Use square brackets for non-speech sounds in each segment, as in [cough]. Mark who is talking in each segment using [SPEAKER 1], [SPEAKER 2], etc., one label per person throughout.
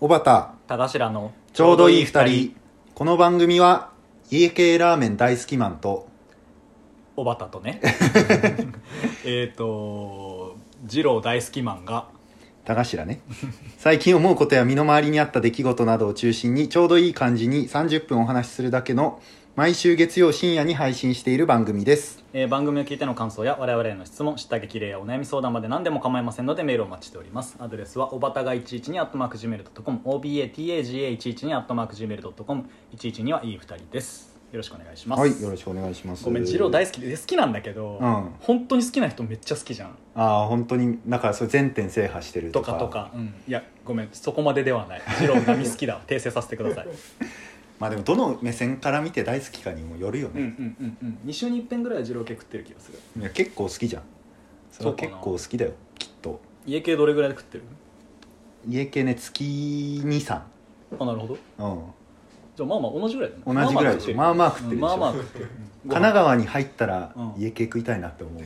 [SPEAKER 1] 小畑
[SPEAKER 2] ただしらの
[SPEAKER 1] ちょうどいい二人この番組は家系ラーメン大好きマンと
[SPEAKER 2] おばたと [laughs] ねえっと二郎大好きマンが
[SPEAKER 1] 田頭ね最近思うことや身の回りにあった出来事などを中心にちょうどいい感じに30分お話しするだけの毎週月曜深夜に配信している番組です
[SPEAKER 2] えー番組を聞いての感想や我々への質問下激励やお悩み相談まで何でも構いませんのでメールをお待ちしておりますアドレスはおばたが112アットマーク Gmail.com obatagaga112 アットマーク Gmail.com112 はいい2人ですよろしくお願いします、
[SPEAKER 1] はいよろしくお願いします
[SPEAKER 2] ごめん二郎大好きで好きなんだけど、
[SPEAKER 1] うん
[SPEAKER 2] 本当に好きな人めっちゃ好きじゃん
[SPEAKER 1] ああ本当にだからそれ全店制覇してる
[SPEAKER 2] と
[SPEAKER 1] と
[SPEAKER 2] か
[SPEAKER 1] か
[SPEAKER 2] とか、うん、いやごめんそこまでではない二郎神好きだ訂正させてください
[SPEAKER 1] まあでもどの目線から見て大好きかにもよるよ
[SPEAKER 2] うんう
[SPEAKER 1] ね、
[SPEAKER 2] んうんうん2週に一遍ぐらいは二郎系食ってる気がする
[SPEAKER 1] いや結構好きじゃんそれは結構好きだよきっと
[SPEAKER 2] 家系どれぐらいで食ってる
[SPEAKER 1] 家系ね月23
[SPEAKER 2] あなるほど
[SPEAKER 1] うん
[SPEAKER 2] じゃあまあまあ同じぐらいだね
[SPEAKER 1] 同じぐらいでしょまあまあ食ってるでしょ
[SPEAKER 2] まあまあ食ってるうん
[SPEAKER 1] 神奈川に入ったら
[SPEAKER 2] うん
[SPEAKER 1] 家系食いたいなって思う、 [laughs] い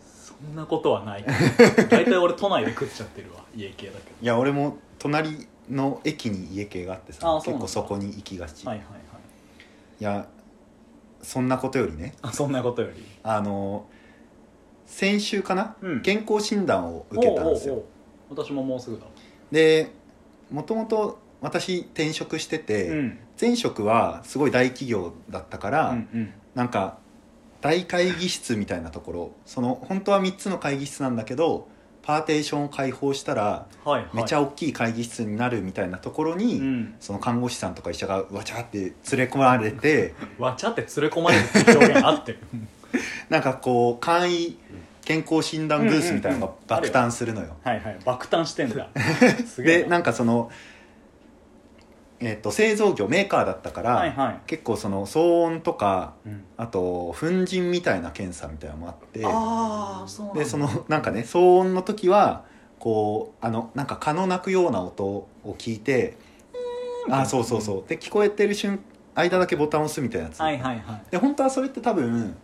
[SPEAKER 2] そんなことはない大体俺都内で食っちゃってるわ家系だけ
[SPEAKER 1] [laughs]
[SPEAKER 2] ど
[SPEAKER 1] や俺も隣の駅に家系があってさ
[SPEAKER 2] あーそ
[SPEAKER 1] 結
[SPEAKER 2] うなんだ
[SPEAKER 1] 構そこに行きがち、
[SPEAKER 2] はい
[SPEAKER 1] い、
[SPEAKER 2] はいはい
[SPEAKER 1] やそんなことよりね
[SPEAKER 2] あそんなことより
[SPEAKER 1] あの先週かな、
[SPEAKER 2] うん
[SPEAKER 1] 健康診断を受けたんですよ
[SPEAKER 2] おうおうおう私ももうすぐだ
[SPEAKER 1] でもともと私転職してて、
[SPEAKER 2] うん
[SPEAKER 1] 前職はすごい大企業だったから、
[SPEAKER 2] うんうん
[SPEAKER 1] なんか大会議室みたいなところその本当は3つの会議室なんだけどパーテーションを開放したら
[SPEAKER 2] はいはい
[SPEAKER 1] めちゃ大きい会議室になるみたいなところに、
[SPEAKER 2] うん
[SPEAKER 1] その看護師さんとか医者がわちゃって連れ込まれて
[SPEAKER 2] わちゃって連れ込まれるって表現あ
[SPEAKER 1] [laughs]
[SPEAKER 2] ってる
[SPEAKER 1] なんかこう簡易健康診断ブースみたいなのが爆誕するのよ。
[SPEAKER 2] はいはい爆誕し
[SPEAKER 1] [laughs]
[SPEAKER 2] てんだすげえ
[SPEAKER 1] でなんかその、えっと製造業メーカーだったから、
[SPEAKER 2] はいはい
[SPEAKER 1] 結構その騒音とか
[SPEAKER 2] うん
[SPEAKER 1] あと粉塵みたいな検査みたいなのもあって
[SPEAKER 2] ああそうなんだ
[SPEAKER 1] でそのなんかね騒音の時はこうあのなんか蚊の鳴くような音を聞いてあそうそうそうで聞こえてる瞬間だけボタンを押すみたいなやつ、
[SPEAKER 2] はいはいはい
[SPEAKER 1] で本当はそれって多分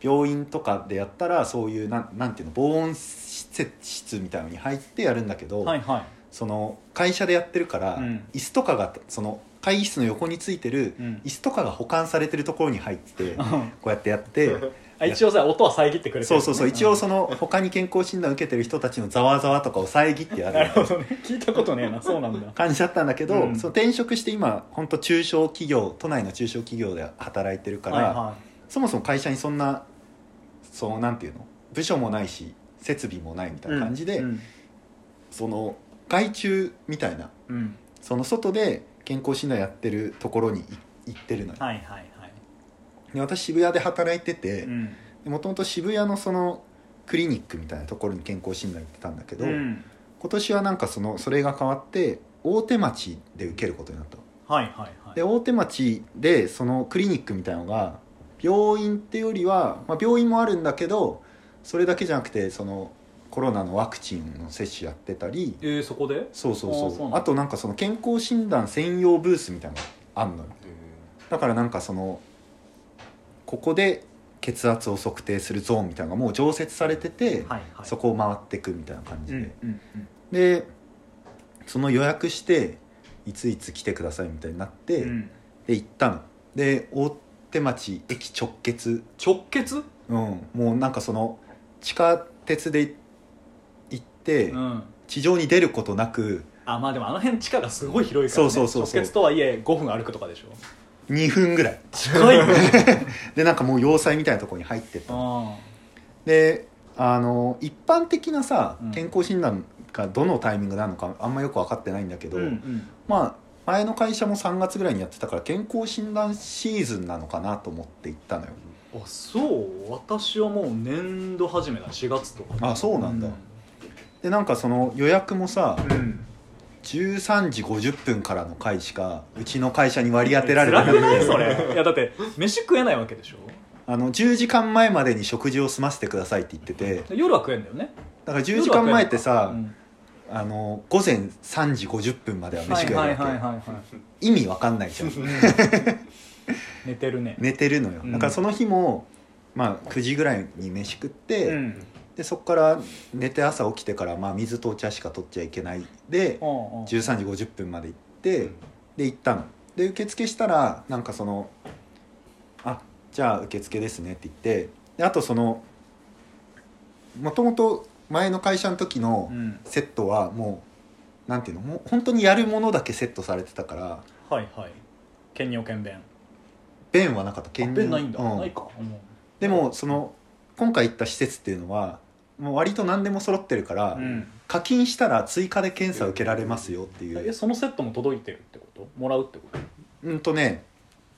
[SPEAKER 1] 病院とかでやったらそういうなんなんていうの防音室室みたいのに入ってやるんだけど、
[SPEAKER 2] はいは
[SPEAKER 1] その会社でやってるから、
[SPEAKER 2] うん
[SPEAKER 1] 椅子とかがその会議室の横についてる
[SPEAKER 2] い、うん
[SPEAKER 1] 椅子とかが保管されてるところに入ってこうやってやって。
[SPEAKER 2] [laughs] あ一応さ音は遮 [laughs] ってくれてる、ね、
[SPEAKER 1] そうそうそう、一応そ
[SPEAKER 2] の
[SPEAKER 1] の他に健康診断受けてる人たちのざわざわとかを遮ってや
[SPEAKER 2] なるほ
[SPEAKER 1] る
[SPEAKER 2] どね聞いたことねえなそうなんだ
[SPEAKER 1] 感じだったんだけど、
[SPEAKER 2] うん
[SPEAKER 1] その転職して今本当中小企業都内の中小企業で働いてるから、
[SPEAKER 2] はいは
[SPEAKER 1] そもそも会社にそんなそのなんていうの部署もないし設備もないみたい
[SPEAKER 2] い
[SPEAKER 1] な感じで、
[SPEAKER 2] うん
[SPEAKER 1] その外注みたいな
[SPEAKER 2] うん
[SPEAKER 1] その外で健康診断やってるところに行ってるのよ、
[SPEAKER 2] はいはいはい、
[SPEAKER 1] で私渋谷で働いてて
[SPEAKER 2] うん
[SPEAKER 1] もともと渋谷のそのクリニックみたいなところに健康診断行ってたんだけど、
[SPEAKER 2] うん
[SPEAKER 1] 今年はなんかそのそれが変わって大手町で受けることになったの
[SPEAKER 2] はいはいはい
[SPEAKER 1] で大手町でそのクリニックみたいのが病院っていうよりは、まあ、病院もあるんだけどそれだけじゃなくてそのコロナのワクチンの接種やってたり
[SPEAKER 2] えー、そこで
[SPEAKER 1] そうそうそ
[SPEAKER 2] あ
[SPEAKER 1] う
[SPEAKER 2] ーそうなんだ
[SPEAKER 1] あとなんかその健康診断専用ブースみたいなのあんのよだからなんかそのここで血圧を測定するゾーンみたいなのがもう常設されてて、
[SPEAKER 2] はいはい
[SPEAKER 1] そこを回ってくみたいな感じ
[SPEAKER 2] う
[SPEAKER 1] で、
[SPEAKER 2] んうん
[SPEAKER 1] でその予約していついつ来てくださいみたいになって、
[SPEAKER 2] うんうん
[SPEAKER 1] で行ったので大手町駅直結、
[SPEAKER 2] 直結
[SPEAKER 1] うん、もうなんかその地下鉄で行って、
[SPEAKER 2] うん
[SPEAKER 1] 地上に出ることなく
[SPEAKER 2] あまあでもあの辺地下がすごい広いから、ね、
[SPEAKER 1] そうそうそうそう
[SPEAKER 2] 直結とはいえ5分歩くとかでしょ
[SPEAKER 1] 2分ぐらい
[SPEAKER 2] 近いね
[SPEAKER 1] [laughs] でなんかもう要塞みたいなところに入ってった
[SPEAKER 2] あ
[SPEAKER 1] であの一般的なさ
[SPEAKER 2] うん
[SPEAKER 1] 健康診断がどのタイミングなのかあんまよく分かってないんだけ
[SPEAKER 2] ー
[SPEAKER 1] ど、
[SPEAKER 2] うんうん
[SPEAKER 1] まあ前の会社も3月ぐらいにやってたから健康診断シーズンなのかなと思って行ったのよ
[SPEAKER 2] あそう私はもう年度始めだ4月とか
[SPEAKER 1] あそうなんだ、でなんかその予約もさ
[SPEAKER 2] うん
[SPEAKER 1] 13時50分からの回しかうちの会社に割り当てられて
[SPEAKER 2] 辛くないそ
[SPEAKER 1] の
[SPEAKER 2] れいやだって飯食えないわけでしょ
[SPEAKER 1] [laughs] あの10時間前までに食事を済ませてくださいって言ってて
[SPEAKER 2] 夜は食えんだよね
[SPEAKER 1] だから10時間前って
[SPEAKER 2] う
[SPEAKER 1] さ、
[SPEAKER 2] ん
[SPEAKER 1] あの午前3時50分までは
[SPEAKER 2] は
[SPEAKER 1] 飯
[SPEAKER 2] い
[SPEAKER 1] 食え
[SPEAKER 2] はい
[SPEAKER 1] る
[SPEAKER 2] はいはい
[SPEAKER 1] わ
[SPEAKER 2] はい
[SPEAKER 1] け意味わかんないじゃん
[SPEAKER 2] [laughs] 寝てるね
[SPEAKER 1] 寝てるのよ
[SPEAKER 2] うん
[SPEAKER 1] だからその日もまあ9時ぐらいに飯食って、
[SPEAKER 2] うん
[SPEAKER 1] でそこから寝て朝起きてから、まあ、水とお茶しか取っちゃいけないで
[SPEAKER 2] うんうん
[SPEAKER 1] 13時50分まで行って、で行ったので受付したらなんかその「あじゃあ受付ですね」って言ってであとそのもともと前の会社の時の
[SPEAKER 2] うん
[SPEAKER 1] セットはもうなんていうのもう本当にやるものだけセットされてたから
[SPEAKER 2] はいはい兼任兼弁
[SPEAKER 1] 弁はなかった兼
[SPEAKER 2] 兼
[SPEAKER 1] 任
[SPEAKER 2] 弁ないんだ、
[SPEAKER 1] う
[SPEAKER 2] ないか、うん
[SPEAKER 1] でもその今回行った施設っていうのはもう割と何でも揃ってるから、
[SPEAKER 2] うん
[SPEAKER 1] 課金したら追加で検査受けられますよっていう
[SPEAKER 2] えそのセットも届いてるってこともらうってこと
[SPEAKER 1] うんとね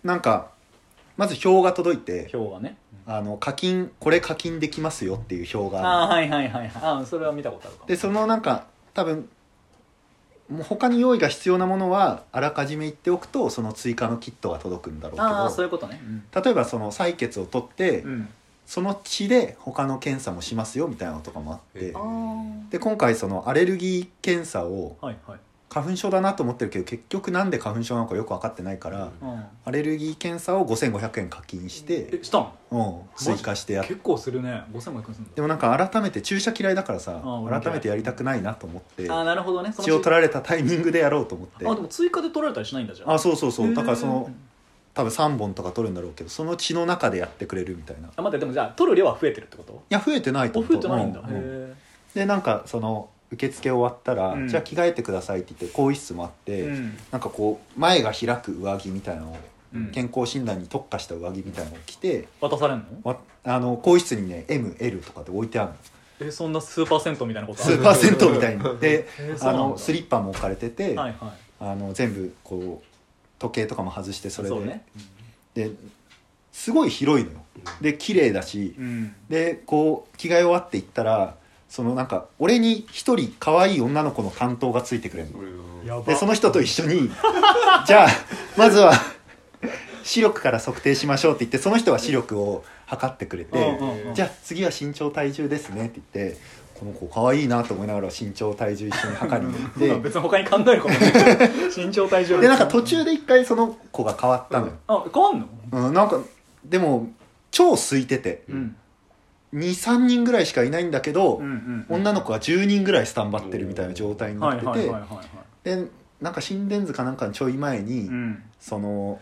[SPEAKER 1] なんかまず表が届いて
[SPEAKER 2] 今日はね
[SPEAKER 1] あの課金これ課金できますよっていう表が
[SPEAKER 2] ああーはいはいはいはいあーそれは見たことあるかも
[SPEAKER 1] でそのなんか多分もう他に用意が必要なものはあらかじめ言っておくとその追加のキットが届くんだろ
[SPEAKER 2] ああ
[SPEAKER 1] う
[SPEAKER 2] そう
[SPEAKER 1] け
[SPEAKER 2] いうことね
[SPEAKER 1] ど例えばその採血を取って、
[SPEAKER 2] うん、
[SPEAKER 1] その血で他の検査もしますよみたいなのとかもあって
[SPEAKER 3] え
[SPEAKER 2] ああ
[SPEAKER 1] で今回そのアレルギー検査を
[SPEAKER 2] はいはい
[SPEAKER 1] 花粉症だなと思ってるけど結局なんで花粉症なのかよく分かってないから、
[SPEAKER 3] うん
[SPEAKER 2] うん
[SPEAKER 1] アレルギー検査を5500円課金して、
[SPEAKER 2] えしたん
[SPEAKER 1] うん、追加してやっ
[SPEAKER 2] 結構するね5000もいくんすん
[SPEAKER 1] でもなんか改めて注射嫌いだからさ
[SPEAKER 2] あ俺も嫌い
[SPEAKER 1] 改めてやりたくないなと思って
[SPEAKER 2] ああなるほどねその
[SPEAKER 1] 血を取られたタイミングでやろうと思って
[SPEAKER 2] あでも追加で取られたりしないんだじゃん
[SPEAKER 1] あそうそうそうだからそ
[SPEAKER 2] へ
[SPEAKER 1] の
[SPEAKER 2] ー
[SPEAKER 1] 多分3本とか取るんだろうけどその血の中でやってくれるみたいない
[SPEAKER 2] あ待ってでもじゃあ取る量は増えてるってこと
[SPEAKER 1] や増えてないと
[SPEAKER 2] お
[SPEAKER 1] 思
[SPEAKER 2] 増えてないんだ、
[SPEAKER 1] う
[SPEAKER 2] へ
[SPEAKER 1] う
[SPEAKER 2] え
[SPEAKER 1] でなんかその受付終わったら、
[SPEAKER 2] うん
[SPEAKER 1] じゃあ着替えてくださいって言って更衣室もあって、
[SPEAKER 2] うん
[SPEAKER 1] なんかこう前が開く上着みたいなのを、
[SPEAKER 2] うん
[SPEAKER 1] 健康診断に特化した上着みたいなのを着て
[SPEAKER 2] 渡されんの
[SPEAKER 1] わあの更衣室にね ML とかで置いてあるの
[SPEAKER 2] えそんなスーパー銭湯みたいなことあ
[SPEAKER 1] ス
[SPEAKER 2] る
[SPEAKER 1] ーパー銭湯みたいにで
[SPEAKER 2] えーそう
[SPEAKER 1] あ
[SPEAKER 2] なん
[SPEAKER 1] の
[SPEAKER 2] だ
[SPEAKER 1] スリッパも置かれてて、
[SPEAKER 2] はいはい
[SPEAKER 1] あの全部こう時計とかも外してそれで
[SPEAKER 2] うね
[SPEAKER 1] ですごい広いのよで綺麗だし、
[SPEAKER 2] うん
[SPEAKER 1] でこう着替え終わって行ったらそのなんか俺に一人可愛い女の子の担当がついてくれるの
[SPEAKER 3] うん
[SPEAKER 2] やば
[SPEAKER 1] でその人と一緒にじゃあまずは視力から測定しましょうって言ってその人は視力を測ってくれて、
[SPEAKER 2] うんうんうん
[SPEAKER 1] じゃあ次は身長体重ですねって言ってこの子可愛いなと思いながら身長体重一緒に測りに行っ
[SPEAKER 2] そうだ
[SPEAKER 1] て
[SPEAKER 2] 別に他に考えることない身長体重
[SPEAKER 1] [laughs] でなんか途中で一回その子が変わったのよ、
[SPEAKER 2] [laughs] あ変わんの
[SPEAKER 1] うんなんかでも超空いてて
[SPEAKER 2] うん
[SPEAKER 1] 23人ぐらいしかいないんだけど、
[SPEAKER 2] うんうん
[SPEAKER 1] 女の子が10人ぐらいスタンバってるみたいな状態にな
[SPEAKER 2] は
[SPEAKER 1] っ
[SPEAKER 2] い
[SPEAKER 1] てて、
[SPEAKER 2] はいはいはいは
[SPEAKER 1] でなんか心電図かなんかのちょい前に、
[SPEAKER 2] いうん
[SPEAKER 1] その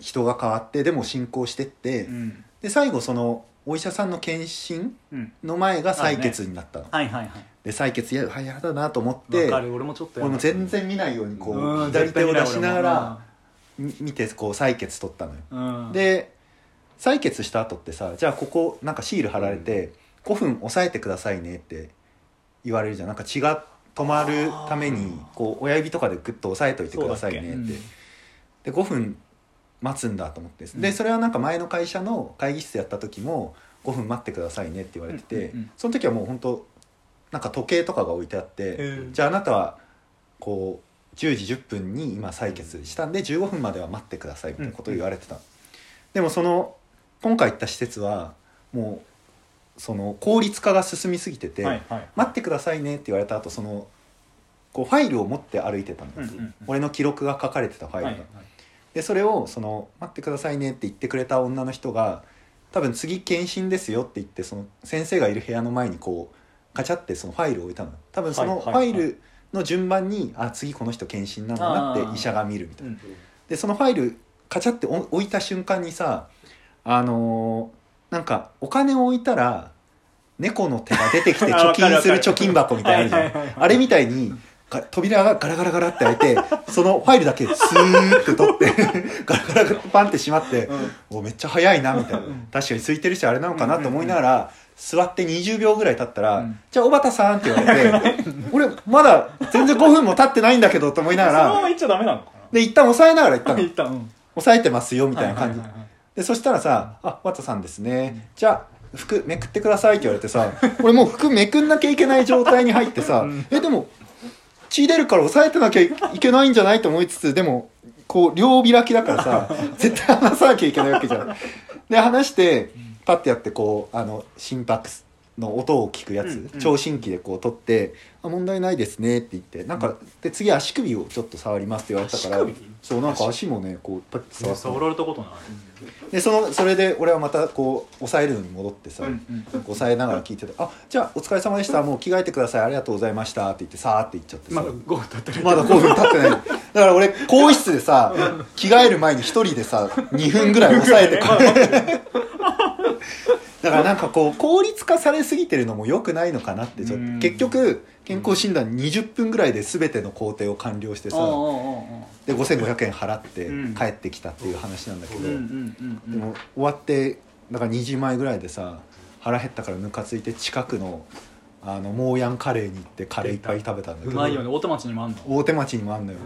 [SPEAKER 1] 人が変わってでも進行してって、
[SPEAKER 2] うん
[SPEAKER 1] で最後そのお医者さんの検診
[SPEAKER 2] うん
[SPEAKER 1] の前が採血になったの、
[SPEAKER 2] はいはいはい
[SPEAKER 1] で採血ややだなと思って
[SPEAKER 2] わかる俺もちょっとや
[SPEAKER 1] 俺
[SPEAKER 2] る
[SPEAKER 1] も全然見ないようにこう、
[SPEAKER 2] うん
[SPEAKER 1] 左手を出しながら
[SPEAKER 2] 絶
[SPEAKER 1] み見てこう採血取ったのよ、
[SPEAKER 2] 対見ない俺もうん
[SPEAKER 1] で採血した後ってさじゃあここなんかシール貼られて、5分押さえてくださいねって言われるじゃんなんか血が止まるためにこう親指とかでグッと押さえといてくださいねって、
[SPEAKER 2] そうだっけ
[SPEAKER 1] で5分待つんだと思って、
[SPEAKER 2] うん
[SPEAKER 1] でそれはなんか前の会社の会議室やった時も5分待ってくださいねって言われてて、
[SPEAKER 2] うんうんうん
[SPEAKER 1] その時はもう本当なんか時計とかが置いてあって、
[SPEAKER 2] うん
[SPEAKER 1] じゃああなたはこう10時10分に今採血したんで15分までは待ってくださいみたいなことを言われてた、でもその今回行った施設はもうその効率化が進みすぎてて、
[SPEAKER 2] はいはい
[SPEAKER 1] 待ってくださいねって言われた後そのこうファイルを持って歩いてたの、
[SPEAKER 2] うんうん
[SPEAKER 1] 俺の記録が書かれてたファイル
[SPEAKER 2] は
[SPEAKER 1] が、
[SPEAKER 2] い
[SPEAKER 1] でそれをその「待ってくださいね」って言ってくれた女の人が多分次検診ですよって言ってその先生がいる部屋の前にこうガチャってそのファイルを置いたの多分その
[SPEAKER 2] はい
[SPEAKER 1] フ
[SPEAKER 2] はいは
[SPEAKER 1] ァ
[SPEAKER 2] い
[SPEAKER 1] イルの順番に「あ次この人検診なんだな」
[SPEAKER 2] あ
[SPEAKER 1] っ
[SPEAKER 2] ー
[SPEAKER 1] て医者が見るみたいな
[SPEAKER 2] うん
[SPEAKER 1] でそのファイルカチャってお置いた瞬間にさあのーなんかお金を置いたら猫の手が出てきて
[SPEAKER 2] [laughs] あわ
[SPEAKER 1] 貯
[SPEAKER 2] かる
[SPEAKER 1] 金
[SPEAKER 2] わか
[SPEAKER 1] す
[SPEAKER 2] る
[SPEAKER 1] る貯金箱みたいなのあるじゃん
[SPEAKER 2] はいはいはいはい
[SPEAKER 1] あれみたいにが扉がガラガラガラって開いてそのファイルだけスーッと取って [laughs] ガラガラガラってパンってしまって
[SPEAKER 2] うん
[SPEAKER 1] おめっちゃ早いなみたいな
[SPEAKER 2] うん
[SPEAKER 1] 確かに空いてるしあれなのかなと思いながら座って20秒ぐらい経ったら「
[SPEAKER 2] うん
[SPEAKER 1] じゃあ小畑さん」って言われて「俺まだ全然5分も経ってないんだけど」と思いなが
[SPEAKER 2] [laughs] そのまま
[SPEAKER 1] ら
[SPEAKER 2] 行っちゃダメなのか
[SPEAKER 1] で一旦押さえながら行った
[SPEAKER 2] な
[SPEAKER 1] の
[SPEAKER 2] 行ったうん
[SPEAKER 1] 抑えてますよみたいな感じ、
[SPEAKER 2] はいはいはいはい
[SPEAKER 1] でそしたらさ「あわたさんですねじゃあ服めくってください」って言われて
[SPEAKER 2] [laughs]
[SPEAKER 1] さ俺もう服めくんなきゃいけない状態に入ってさ「
[SPEAKER 2] うん
[SPEAKER 1] えでも血出るから抑えてなきゃいけないんじゃない?」と思いつつでもこう両開きだからさ
[SPEAKER 2] [laughs]
[SPEAKER 1] 絶対話さなきゃいけないわけじゃん。で話してパッてやってこうあの心拍の音を聞くや
[SPEAKER 2] うん
[SPEAKER 1] つ、
[SPEAKER 2] うん
[SPEAKER 1] 聴診器でこう取って「あ問題ないですね」って言ってなんか、で次足首をちょっと触りますって言われたから
[SPEAKER 2] 足首
[SPEAKER 1] そうなんか足もねこうパッて触って
[SPEAKER 2] 触られたことない、
[SPEAKER 1] でそのそれで俺はまたこう抑えるのに戻ってさ、
[SPEAKER 2] うん
[SPEAKER 1] こう抑えながら聞いてて「あじゃあお疲れ様でしたもう着替えてくださいありがとうございました」って言ってさーって言っちゃって
[SPEAKER 2] ま
[SPEAKER 1] さ、
[SPEAKER 2] だ5分経ってな
[SPEAKER 1] [laughs]
[SPEAKER 2] い
[SPEAKER 1] まだ5分経ってないだから俺更衣室でさ着替える前に1人でさ2分ぐらい抑えてく
[SPEAKER 2] [laughs]
[SPEAKER 1] るだからなんかこう効率化されすぎてるのも良くないのかなってちょっ
[SPEAKER 2] うん
[SPEAKER 1] と結局健康診断20分ぐらいで全ての工程を完了して
[SPEAKER 2] ああああ
[SPEAKER 1] さで5500円払って
[SPEAKER 2] うん
[SPEAKER 1] 帰ってきたっていう話なんだけ
[SPEAKER 2] う
[SPEAKER 1] ど
[SPEAKER 2] んう、んうんうん
[SPEAKER 1] でも終わってだから2時前ぐらいでさ腹減ったからムカついて近くのあのモーヤンカレーに行ってカレーいっぱい食べたんだけ
[SPEAKER 2] う
[SPEAKER 1] ど
[SPEAKER 2] まいよね大手町にもあんの
[SPEAKER 1] 大手町にもあんのよ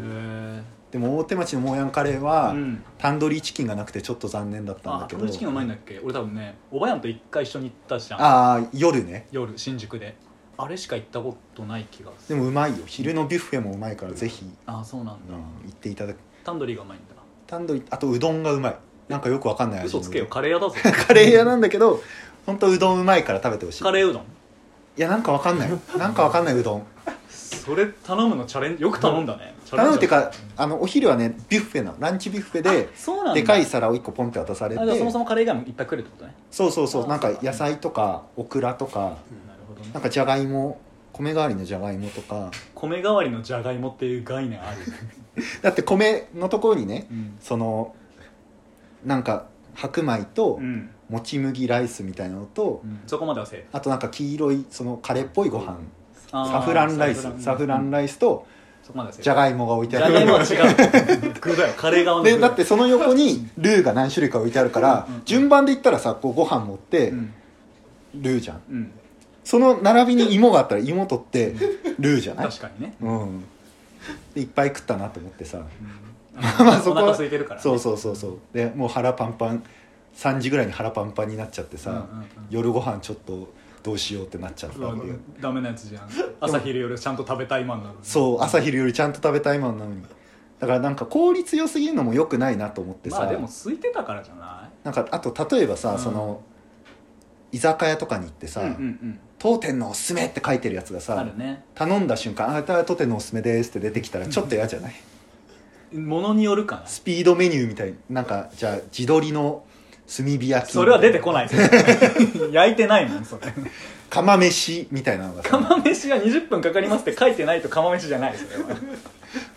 [SPEAKER 2] へ
[SPEAKER 1] でも大手町のモーヤンカレー
[SPEAKER 2] え
[SPEAKER 1] は、
[SPEAKER 2] うん
[SPEAKER 1] タンドリーチキンがなくてちょっと残念だったん
[SPEAKER 2] あ
[SPEAKER 1] だけど
[SPEAKER 2] タンドリーチキンうまいんだっけ俺多分ねおばやんと一回一緒に行ったじゃん
[SPEAKER 1] ああ夜ね
[SPEAKER 2] 夜新宿であれしか行ったことない気がす
[SPEAKER 1] で
[SPEAKER 2] る
[SPEAKER 1] もうまいよ昼のビュッフェもうまいからぜひ、
[SPEAKER 2] ああそうなん
[SPEAKER 1] う
[SPEAKER 2] だ、
[SPEAKER 1] ん行っていただく
[SPEAKER 2] タンドリーがうまいんだ
[SPEAKER 1] タンドリーあとうどんがうまいなんかよくわかんない味
[SPEAKER 2] 嘘
[SPEAKER 1] の
[SPEAKER 2] つけよカレー屋だぞ
[SPEAKER 1] [laughs] カレー屋なんだけど本当うどんうまいから食べてほしい
[SPEAKER 2] カレーうどん
[SPEAKER 1] いやなんかわかんないなんかわかんないうどん
[SPEAKER 2] それ頼むのチャレンジよく頼んだね
[SPEAKER 1] 頼むっていう
[SPEAKER 2] チャレ
[SPEAKER 1] か
[SPEAKER 2] ンジ
[SPEAKER 1] あのお昼はねビュッフェなのランチビュッフェ
[SPEAKER 2] だ
[SPEAKER 1] で
[SPEAKER 2] あそうなんだ
[SPEAKER 1] でかい皿を1個ポンって渡されて
[SPEAKER 2] あじゃあそもそもカレー以外もいっぱい来るってことね
[SPEAKER 1] そうそうそ
[SPEAKER 2] あ
[SPEAKER 1] うなんか野菜とかオクラとか
[SPEAKER 2] なるほど
[SPEAKER 1] なん
[SPEAKER 2] ね
[SPEAKER 1] かじゃがいも米代わりのじゃがいもとか
[SPEAKER 2] 米代わりのじゃがいもっていう概念ある、
[SPEAKER 1] だって米のところにね
[SPEAKER 2] うん
[SPEAKER 1] そのなんか白米と
[SPEAKER 2] うん
[SPEAKER 1] もち麦ライスみたいなのと、
[SPEAKER 2] そこまではセーフ
[SPEAKER 1] あとなんか黄色いそのカレーっぽいご飯
[SPEAKER 2] あー
[SPEAKER 1] サフランライスサフラン
[SPEAKER 2] うん
[SPEAKER 1] ライスと
[SPEAKER 2] そこまではセーフ
[SPEAKER 1] じゃがいもが置い
[SPEAKER 2] じ
[SPEAKER 1] て
[SPEAKER 2] ゃ
[SPEAKER 1] あ
[SPEAKER 2] がいもは
[SPEAKER 1] る
[SPEAKER 2] 違う [laughs] 具だよカレー側の具
[SPEAKER 1] でだってその横にルーが何種類か置いてあるから、
[SPEAKER 2] うんうんうん
[SPEAKER 1] 順番で言ったらさこうご飯持って
[SPEAKER 2] うん
[SPEAKER 1] ルーじゃん
[SPEAKER 2] うん
[SPEAKER 1] その並びに芋があったら芋取ってルーじゃない
[SPEAKER 2] 確かにね
[SPEAKER 1] うんでいっぱい食ったなと思ってさ
[SPEAKER 2] [laughs] ま
[SPEAKER 1] あそ
[SPEAKER 2] お
[SPEAKER 1] こは
[SPEAKER 2] 腹空いてるからね
[SPEAKER 1] そうそうそうそうでもう腹パンパン3時ぐらいに腹パンパンになっちゃってさ、
[SPEAKER 2] うんうんうん
[SPEAKER 1] 夜ご飯ちょっとどうしようってなっちゃった
[SPEAKER 2] うわ
[SPEAKER 1] っていう
[SPEAKER 2] ダメなやつじゃん朝昼夜ちゃんと食べたいマンなのに
[SPEAKER 1] そう朝昼よりちゃんと食べたいもんなのにだからなんか効率良すぎるのも良くないなと思ってさ、
[SPEAKER 2] まあでも空いてたからじゃな
[SPEAKER 1] なんかあと例えばさ、
[SPEAKER 2] うん
[SPEAKER 1] その居酒屋とかに行って
[SPEAKER 2] い
[SPEAKER 1] さ、
[SPEAKER 2] うんうんうん
[SPEAKER 1] 当店のおすすめって書いてるやつが
[SPEAKER 2] あ
[SPEAKER 1] さ
[SPEAKER 2] るね
[SPEAKER 1] 頼んだ瞬間「あ当店のおすすめです」って出てきたらちょっと嫌じゃない
[SPEAKER 2] ものによるかな
[SPEAKER 1] スピードメニューみたいなんかじゃあ自撮りの炭火焼き
[SPEAKER 2] それは出てこない [laughs] 焼いてないもんそれ
[SPEAKER 1] 釜飯みたいなのがさ
[SPEAKER 2] 釜飯が20分かかりますって書いてないと釜飯じゃないそれは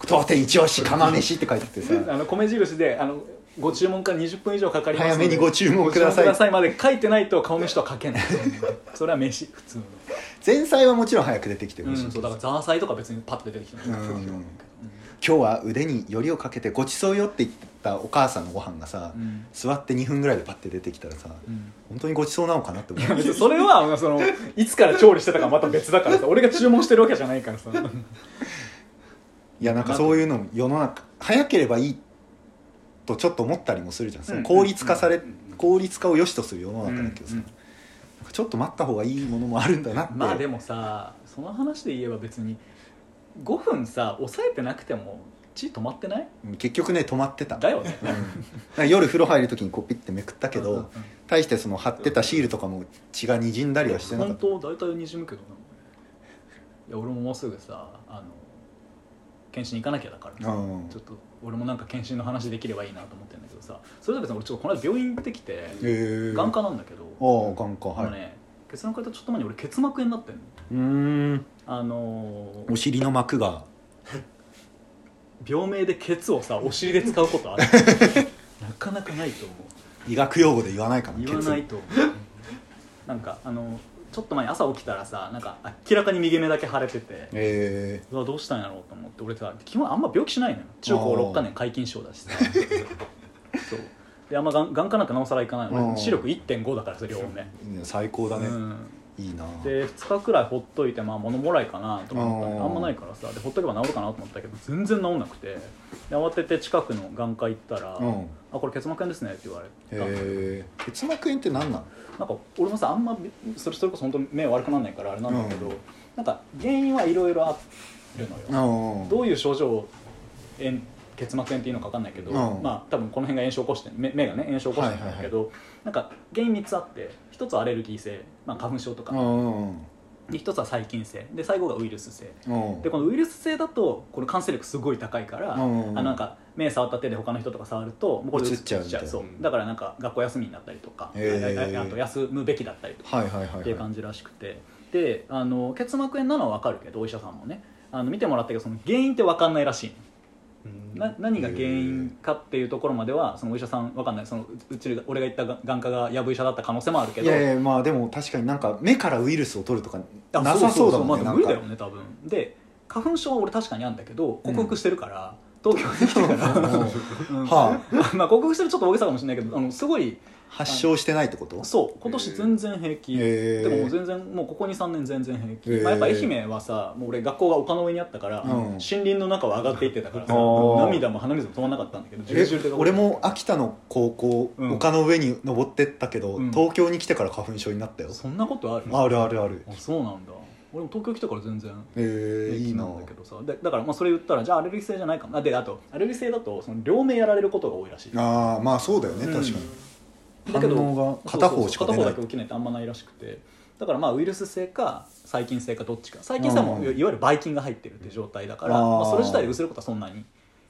[SPEAKER 1] 当店一押し釜飯って書いててさ
[SPEAKER 2] [laughs] あの米印であのご注文から20分以上かかります
[SPEAKER 1] 早めにご注文くださ
[SPEAKER 2] ご注文くだ
[SPEAKER 1] い
[SPEAKER 2] さいまで書いてないと顔飯とは書け [laughs] ないそれは飯普通の
[SPEAKER 1] 前菜はもちろん早く出てきて
[SPEAKER 2] う
[SPEAKER 1] ほ
[SPEAKER 2] ん
[SPEAKER 1] しいけ
[SPEAKER 2] そう
[SPEAKER 1] ど
[SPEAKER 2] だからザーサイとか別にパッと出てきてない
[SPEAKER 1] うん今日は腕によりをかけてごちそうよって言ったお母さんのご飯がさ、
[SPEAKER 2] うん
[SPEAKER 1] 座って2分ぐらいでパッて出てきたらさ
[SPEAKER 2] うん
[SPEAKER 1] 本当にごちそうなのかなって思
[SPEAKER 2] いや
[SPEAKER 1] う
[SPEAKER 2] [laughs] 別にそれはそのいつから調理してたかまた別だからさ俺が注文してるわけじゃないからさ
[SPEAKER 1] いやなんかそういうの世の中早ければいいとちょっと思ったりもするじゃんそ
[SPEAKER 2] うん
[SPEAKER 1] の効率化され
[SPEAKER 2] うんうん
[SPEAKER 1] 効率化を良しとする世の中だけどさ、
[SPEAKER 2] うんうん
[SPEAKER 1] なんかちょっと待った方がいいものもあるんだなって、
[SPEAKER 2] まあでもさその話で言えば別に5分さ抑えてなくても血止まってない
[SPEAKER 1] 結局ね止まってた
[SPEAKER 2] だよね
[SPEAKER 1] うんなんか夜風呂入る時にこうピッてめくったけど、
[SPEAKER 2] うんうん
[SPEAKER 1] 大してその貼ってたシールとかも血がにじんだりはしてなか
[SPEAKER 2] 本
[SPEAKER 1] った
[SPEAKER 2] 当大体にじむけどないや俺ももうすぐさあの検診行かなきゃだからさ、
[SPEAKER 1] うん
[SPEAKER 2] ちょっと俺もなんか検診の話できればいいなと思ってんだけどさそれと別に俺ちょっとこの間病院行ってきて
[SPEAKER 1] えー、
[SPEAKER 2] 眼科なんだけど、
[SPEAKER 1] ああ眼科
[SPEAKER 2] あ
[SPEAKER 1] は
[SPEAKER 2] の
[SPEAKER 1] い、
[SPEAKER 2] ね結論から言うとちょっと前に俺結膜炎になってんの
[SPEAKER 1] うーん
[SPEAKER 2] あのー
[SPEAKER 1] お尻の膜が
[SPEAKER 2] 病名でケツを [laughs] さお尻で使うことあるなかなかないと思う
[SPEAKER 1] 医学用語で言わないかな
[SPEAKER 2] 言わないと思うなんかあのちょっと前に朝起きたらさなんか明らかに右目だけ腫れてて
[SPEAKER 1] え
[SPEAKER 2] うわどうしたんやろうと思って俺さ基本あんま病気しないのよ中高6か年皆勤賞だし [laughs] さそうであんま眼眼科なんかなおさらいかないの
[SPEAKER 1] あー
[SPEAKER 2] 俺視力1.5だからそれ両目
[SPEAKER 1] ーいや最高だね、
[SPEAKER 2] うん
[SPEAKER 1] いいな
[SPEAKER 2] で2日くらいほっといてまあ物もらいかなと思ったんで
[SPEAKER 1] あー
[SPEAKER 2] あんまないからさでほっとけば治るかなと思ったけど全然治んなくてで慌てて近くの眼科行ったら「
[SPEAKER 1] うん
[SPEAKER 2] あこれ結膜炎ですね」って言われ
[SPEAKER 1] へ
[SPEAKER 2] た
[SPEAKER 1] え結膜炎って何なの
[SPEAKER 2] なんか俺もさあんまそれそれこそ本当目悪くならないからあれなんだけど、
[SPEAKER 1] うん
[SPEAKER 2] なんか原因はいろいろあるのよ、
[SPEAKER 1] ああ
[SPEAKER 2] どういう症状炎結膜炎っていうのか分かんないけど、
[SPEAKER 1] うん
[SPEAKER 2] まあ多分この辺が炎症を起こして目目がね炎症を起こしてるんだけど、なんか原因3つあって一つはアレルギー性、まあ、花粉症とか、
[SPEAKER 1] うん
[SPEAKER 2] で一つは細菌性で最後がウイルス性
[SPEAKER 1] うん
[SPEAKER 2] でこのウイルス性だとこの感染力すごい高いから、
[SPEAKER 1] うん
[SPEAKER 2] あなんか目触った手で他の人とか触るともうこれ
[SPEAKER 1] 移っちゃう
[SPEAKER 2] 移
[SPEAKER 1] みたいな
[SPEAKER 2] そうだからなんか学校休みになったりとか、
[SPEAKER 1] へー
[SPEAKER 2] あああと休むべきだったりとか
[SPEAKER 1] はいはいはい
[SPEAKER 2] っていう
[SPEAKER 1] はい
[SPEAKER 2] 感じらしくてであの結膜炎なのは分かるけどお医者さんもねあの見てもらったけどその原因って分かんないらしいな何が原因かっていうところまではそのお医者さん分かんないそのううち俺が言ったが眼科がやぶ医者だった可能性もあるけ
[SPEAKER 1] い
[SPEAKER 2] ど
[SPEAKER 1] やいやまあでも確かになんか目からウイルスを取るとか
[SPEAKER 2] あ
[SPEAKER 1] なさそうだ
[SPEAKER 2] ま
[SPEAKER 1] も
[SPEAKER 2] あ
[SPEAKER 1] ん
[SPEAKER 2] で
[SPEAKER 1] ねな
[SPEAKER 2] も無
[SPEAKER 1] ん
[SPEAKER 2] 理だ
[SPEAKER 1] か
[SPEAKER 2] よね多分で花粉症は俺確かにあるんだけど克服してるから、東京に来てから、う
[SPEAKER 1] [laughs]
[SPEAKER 2] ん
[SPEAKER 1] は
[SPEAKER 2] [laughs] まあ克服してるちょっと大げさかもしれないけどあのすごい
[SPEAKER 1] 発症してないってこと
[SPEAKER 2] そう今年全然平気、
[SPEAKER 1] へー
[SPEAKER 2] でももう全然もうここ23年全然平気、
[SPEAKER 1] へー
[SPEAKER 2] まあ、やっぱ愛媛はさもう俺学校が丘の上にあったから、
[SPEAKER 1] うん
[SPEAKER 2] 森林の中を上がっていってたからさ
[SPEAKER 1] あー
[SPEAKER 2] 涙も鼻水も止まんなかったんだけど
[SPEAKER 1] え
[SPEAKER 2] 重々で
[SPEAKER 1] 俺も秋田の高校、
[SPEAKER 2] うん
[SPEAKER 1] 丘の上に登ってったけど、
[SPEAKER 2] うん
[SPEAKER 1] 東京に来てから花粉症になったよ、
[SPEAKER 2] そんなことある
[SPEAKER 1] あるあるある
[SPEAKER 2] あそうなんだ俺も東京来てから全然
[SPEAKER 1] えー、いいな
[SPEAKER 2] なんだけどさでだからまあそれ言ったらじゃあアレルギー性じゃないかもあであとアレルギー性だとその両目やられることが多いらしい
[SPEAKER 1] ああまあそうだよね
[SPEAKER 2] うん
[SPEAKER 1] 確かに、
[SPEAKER 2] だけど
[SPEAKER 1] 反応が片方しか出ない
[SPEAKER 2] そうそうそう片方だけ起きないってあんまないらしくてだからまあウイルス性か細菌性かどっちか細菌性はも
[SPEAKER 1] うん
[SPEAKER 2] ういわゆるばい菌が入ってるって状態だから
[SPEAKER 1] あー
[SPEAKER 2] まあ、それ自体で薄れることはそんなに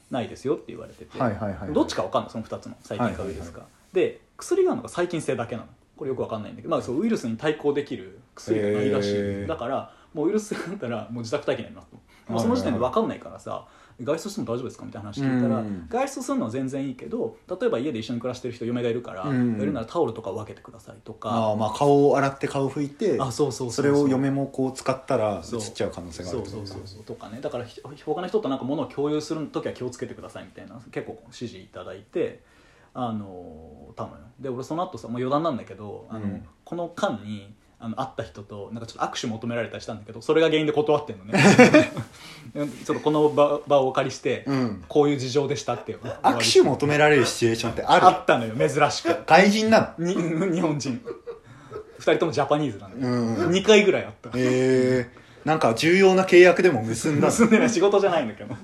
[SPEAKER 2] ないですよって言われてて、
[SPEAKER 1] はいはいはい
[SPEAKER 2] どっちかわかんないその2つの細菌かウイルスか、で薬があるのが細菌性だけなのこれよくわかんないんだけど、まあ、そうウイルスに対抗できる薬がないらしい、
[SPEAKER 1] へー
[SPEAKER 2] だからもうウイルス性だったらもう自宅待機になりますともう
[SPEAKER 1] はいはいはい
[SPEAKER 2] その時点でわかんないからさ外出しても大丈夫ですかみたいな話聞いたら、
[SPEAKER 1] うん
[SPEAKER 2] 外出するのは全然いいけど例えば家で一緒に暮らしてる人嫁がいるから、
[SPEAKER 1] うん
[SPEAKER 2] やるならタオルとかを分けてくださいと
[SPEAKER 1] あ
[SPEAKER 2] か
[SPEAKER 1] ーまあ顔を洗って顔拭いて
[SPEAKER 2] あそうそううう
[SPEAKER 1] それを嫁もこう使ったら移
[SPEAKER 2] そう
[SPEAKER 1] っちゃう可能性がある
[SPEAKER 2] そうそうそうそうとかねだからひ他の人となんか物を共有する時は気をつけてくださいみたいな結構指示いただいてあのたのよで俺その後さもう余談なんだけどあの、
[SPEAKER 1] うん
[SPEAKER 2] この間にあの会った人となんかちょっと握手求められたりしたんだけどそれが原因で断ってん
[SPEAKER 1] [laughs]
[SPEAKER 2] のねちょっとこの場場をお借りして、
[SPEAKER 1] うん
[SPEAKER 2] こういう事情でしたって
[SPEAKER 1] 握手求められるシチュエーションってある
[SPEAKER 2] あったのよ珍しく
[SPEAKER 1] 外人
[SPEAKER 2] [laughs]
[SPEAKER 1] な
[SPEAKER 2] に日本人2人ともジャパニーズなんだ
[SPEAKER 1] の
[SPEAKER 2] よ、
[SPEAKER 1] うん
[SPEAKER 2] 2回ぐらいあった
[SPEAKER 1] えー、なんか重要な契約でも結んだの
[SPEAKER 2] [laughs] 盗んでない仕事じゃないんだけど